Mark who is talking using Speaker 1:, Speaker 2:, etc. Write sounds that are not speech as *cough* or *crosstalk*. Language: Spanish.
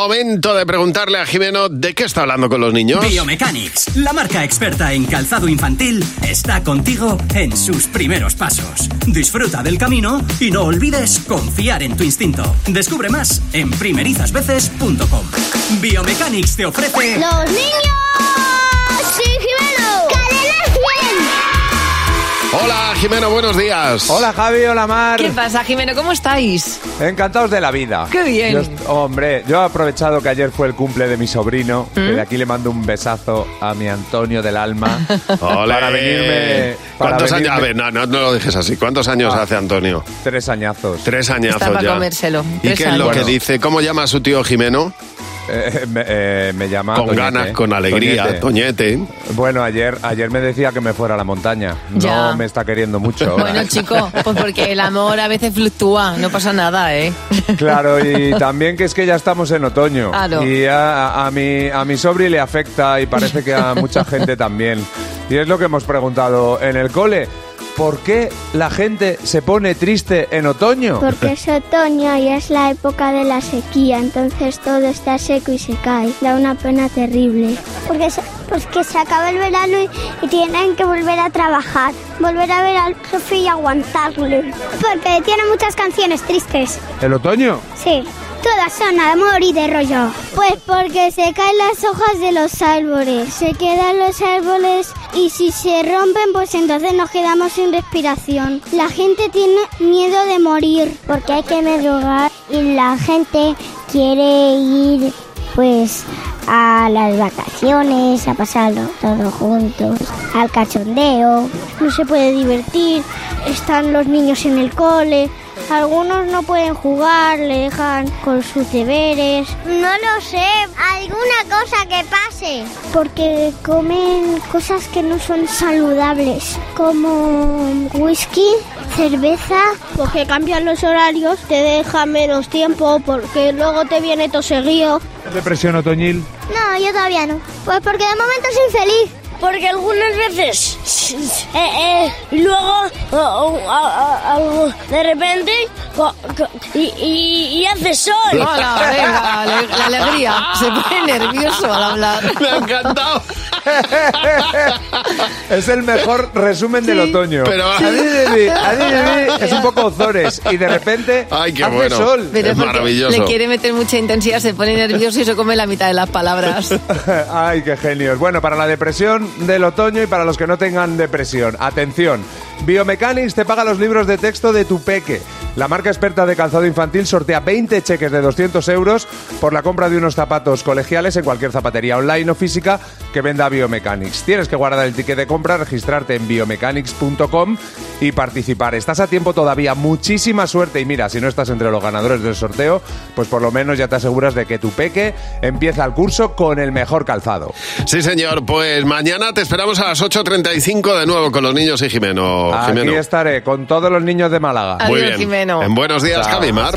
Speaker 1: Momento de preguntarle a Jimeno de qué está hablando con los niños.
Speaker 2: Biomechanics, la marca experta en calzado infantil, está contigo en sus primeros pasos. Disfruta del camino y no olvides confiar en tu instinto. Descubre más en primerizasveces.com. Biomechanics te ofrece
Speaker 3: ¡Los niños! ¡Sí, Jimeno!
Speaker 1: Hola Jimeno, buenos días.
Speaker 4: Hola Javi, hola Mar.
Speaker 5: ¿Qué pasa, Jimeno? ¿Cómo estáis?
Speaker 4: Encantados de la vida.
Speaker 5: Qué bien.
Speaker 4: Yo est- hombre, yo he aprovechado que ayer fue el cumple de mi
Speaker 5: ¿Mm?
Speaker 4: sobrino. Que de aquí le mando un besazo a mi Antonio del
Speaker 5: *laughs*
Speaker 4: alma.
Speaker 1: Hola.
Speaker 4: Para venirme- para
Speaker 1: ¿Cuántos años? A
Speaker 4: venirme- Ah.
Speaker 1: ver, no, no, no lo dejes así. ¿Cuántos años hace Antonio?
Speaker 4: Tres añazos.
Speaker 1: Tres añazos
Speaker 5: Está para
Speaker 1: ya.
Speaker 5: comérselo.
Speaker 1: ¿Y
Speaker 5: Tres
Speaker 1: qué es lo
Speaker 5: años.
Speaker 1: que
Speaker 4: Bueno.
Speaker 1: dice? ¿Cómo llama a su tío Jimeno?
Speaker 4: Eh, me, eh, me llama.
Speaker 1: con
Speaker 4: Toñete.
Speaker 1: ganas, con alegría.
Speaker 4: Toñete.
Speaker 1: Toñete.
Speaker 4: Bueno, ayer, ayer me decía que me fuera a la montaña.
Speaker 5: Ya.
Speaker 4: No me está queriendo mucho. ahora. *laughs*
Speaker 5: Bueno, chico, pues porque el amor a veces fluctúa, no pasa nada, ¿eh?
Speaker 4: Claro, y también que es que ya estamos en otoño.
Speaker 5: Claro.
Speaker 4: Y a, a mi, a mi sobri le afecta y parece que a mucha gente también. Y es lo que hemos preguntado en el cole. ¿Por qué la gente se pone triste en otoño?
Speaker 3: Porque es otoño y es la época de la sequía, entonces todo está seco y se cae. Da una pena terrible. Porque se, porque se acaba el verano y, y tienen que volver a trabajar, volver a ver al jefe y aguantarle. Porque tiene muchas canciones tristes.
Speaker 4: ¿El otoño?
Speaker 3: Sí, todas son amor y de rollo. Pues porque se caen las hojas de los árboles, se quedan los árboles y si se rompen pues entonces nos quedamos sin respiración. La gente tiene miedo de morir. Porque hay que madrugar y la gente quiere ir pues a las vacaciones, a pasarlo todos juntos, al cachondeo. No se puede divertir, están los niños en el cole, algunos no pueden jugar, le dejan con sus deberes. No lo sé, alguna cosa que pase. Porque comen cosas que no son saludables, como whisky, cerveza. Porque cambian los horarios, te deja menos tiempo, porque luego te viene toseguío.
Speaker 4: Depresión otoñil.
Speaker 3: No, yo todavía no. Pues porque de momento soy feliz.
Speaker 6: Porque algunas veces, eh, eh, y luego, o- o- a- a- algo, de repente, co- co- y, y- y hace sol.
Speaker 5: Hola, venga, ale- la alegría. Se pone nervioso al hablar.
Speaker 1: *laughs* Me ha encantado.
Speaker 4: Es el mejor resumen del otoño.
Speaker 1: pero- *laughs*
Speaker 4: Adidibi, adidibi. Es un poco Ozores. Y de repente
Speaker 1: Ay, qué
Speaker 4: hace
Speaker 1: bueno.
Speaker 4: sol.
Speaker 1: Es
Speaker 5: porque
Speaker 1: maravilloso.
Speaker 5: Le quiere meter mucha intensidad, se pone nervioso y se come la mitad de las palabras.
Speaker 4: *laughs* Ay, qué genios. Bueno, para la depresión del otoño y para los que no tengan depresión, atención. Biomechanics te paga los libros de texto de tu peque. La marca experta de calzado infantil sortea 20 cheques de 200 euros por la compra de unos zapatos colegiales en cualquier zapatería online o física que venda Biomechanics. Tienes que guardar el ticket de compra, registrarte en biomechanics.com y participar. Estás a tiempo todavía. Muchísima suerte. Y mira, si no estás entre los ganadores del sorteo, pues por lo menos ya te aseguras de que tu peque empieza el curso con el mejor calzado.
Speaker 1: Sí, señor. Pues mañana te esperamos a las 8.35 de nuevo con los niños y Jimeno.
Speaker 4: Aquí
Speaker 1: Oh, Jimeno.
Speaker 4: estaré con todos los niños de Málaga.
Speaker 1: Muy bien.
Speaker 5: Adiós, Jimeno.
Speaker 1: En buenos días,
Speaker 4: Chao.
Speaker 1: Javi Mar.